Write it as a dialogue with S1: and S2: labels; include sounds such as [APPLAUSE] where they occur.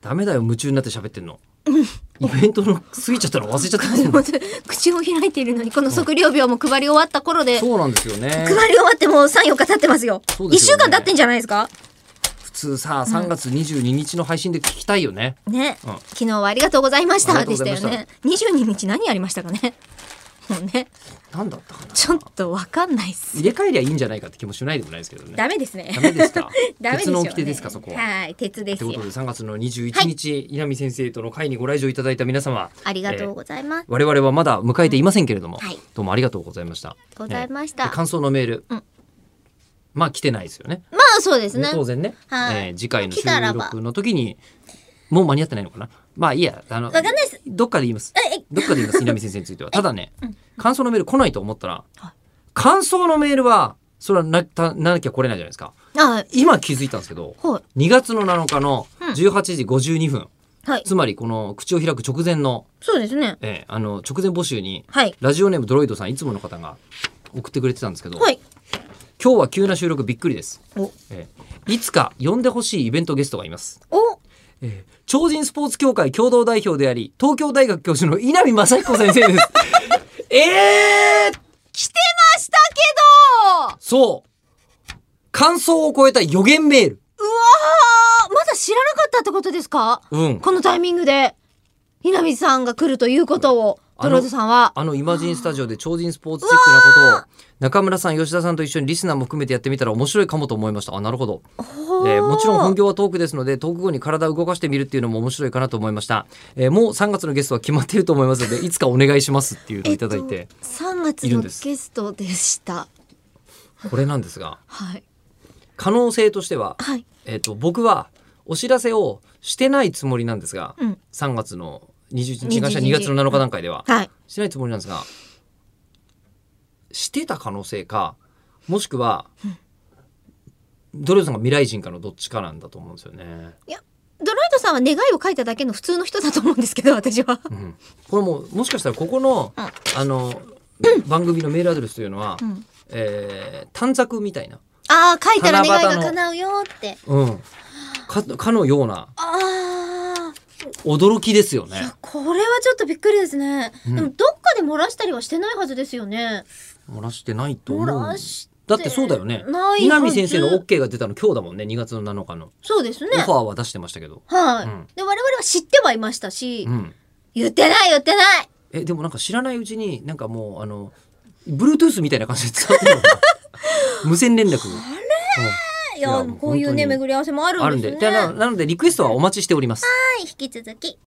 S1: ダメだよ夢中になって喋ってんのイベントの過ぎちゃったの忘れちゃったん
S2: [LAUGHS]
S1: ですよ
S2: 本当に口を開いているのにこの測量秒も配り終わった頃で
S1: そうなんですよね
S2: 配り終わってもう34日経ってますよ
S1: そう
S2: 1
S1: です
S2: 週
S1: よね
S2: 間経ってんじゃないですか
S1: 普通さ3月22日の配信で聞きたいよね、
S2: ね、
S1: うん
S2: 昨日はありがとうございまし
S1: あ
S2: た
S1: りがと
S2: で
S1: う
S2: し
S1: ご
S2: た
S1: ざい
S2: よ
S1: ました
S2: ね22日何やりましたかねもうね
S1: なんだったかな
S2: ちょっとわかんないっす
S1: 入れ替えりゃいいんじゃないかって気もしないでもないですけどね
S2: ダメですね
S1: ダメですか
S2: [LAUGHS] ダメでし
S1: 鉄の
S2: ょうね
S1: 掟ですかそこは
S2: はい鉄です
S1: という
S2: よ
S1: ことで3月の21日、稲見先生との会にご来場いただいた皆様
S2: ありがとうございます、
S1: 我々はまだ迎えていませんけれども、
S2: はい
S1: どうもありがとうございました。
S2: ございました
S1: ねで感想のメール、
S2: うん
S1: まあ来てないですよね。
S2: まあそうですね
S1: 当然ね、
S2: はい
S1: えー次回の
S2: 来
S1: 収
S2: たらば
S1: 録の時にもう間に合ってないのかな。まあいいやあの
S2: かんないです
S1: どっかで言います。
S2: ええ
S1: どっかで言います稲見先生については。ただね、
S2: うん
S1: 感想のメール来ないと思ったら、
S2: はい
S1: 感想のメールはそれはなたななきゃ来れないじゃないですか。
S2: あ
S1: 今気づいたんですけど、
S2: はい
S1: 2月の7日の18時52分、
S2: はい
S1: つまりこの口を開く直前の、
S2: そうですね
S1: えーあの直前募集に。
S2: はい
S1: ラジオネームドロイドさんいつもの方が送ってくれてたんですけど、
S2: はい
S1: 今日は急な収録びっくりです、
S2: お
S1: えーいつか呼んでほしいイベントゲストがいます、
S2: お
S1: えー超人スポーツ協会共同代表であり東京大学教授の [LAUGHS] 稲見正彦先生ですえー、
S2: 来てましたけど
S1: そう感想を超えた予言メール
S2: うわーまだ知らなかったってことですか
S1: うん
S2: このタイミングで稲水さんが来るということを
S1: あ
S2: ド
S1: の
S2: ローズさんは
S1: あのイマジンスタジオで超人スポーツチックなことを中村さん吉田さんと一緒にリスナーも含めてやってみたら面白いかもと思いましたあなるほどえーもちろん本業はトークですのでトーク後に体を動かしてみるっていうのも面白いかなと思いました、えーもう3月のゲストは決まっていると思いますのでいつかお願いしますっていうのをいただいて、
S2: 3月
S1: いる
S2: の
S1: ん
S2: ゲ
S1: です
S2: ストでした
S1: これなんですが
S2: はい
S1: 可能性としては、
S2: はい
S1: えー、と僕はお知らせをしてないつもりなんですが、
S2: うん
S1: 3月の21日に関しては2月の7日段階では、
S2: はい
S1: してないつもりなんですがしてた可能性かもしくは、ドレオさんが未来人かのどっちかなんだと思うんですよね。
S2: いやドロイドさんは願いを書いただけの普通の人だと思うんですけど私は
S1: うん、これもうもしかしたらここの,、
S2: うん
S1: あの番組のメールアドレスというのは、
S2: うん
S1: えー短冊みたいな、
S2: ああ書いたら願い
S1: 七夕
S2: が
S1: の
S2: 叶うよって
S1: うん、かかのような
S2: あ
S1: 驚きですよ
S2: あい
S1: ね
S2: や。これはちょっとびっくりですね、
S1: うん
S2: でもどっかで漏らしたりはしてないはずですよね
S1: 漏らしてないと思
S2: 漏
S1: う
S2: らして
S1: だってそうだよね
S2: ないはず
S1: 南先生の OK が出たの今日だもんね2月の7日の、
S2: そうですね
S1: オファーは出してましたけど、
S2: はい、
S1: うん
S2: で我々は知ってはいましたし、
S1: うん、
S2: 言ってない言ってない
S1: えでもなんか知らないうちになんかもうあの Bluetooth みたいな感じで使ってるのか
S2: [LAUGHS]
S1: な無線連絡あ
S2: いや
S1: いや
S2: こういう
S1: 本当
S2: ね
S1: に
S2: 巡り合わせもある
S1: ある
S2: ん
S1: ん
S2: で
S1: です
S2: ね
S1: でななのでリクエストはお待ちしております
S2: はい引き続き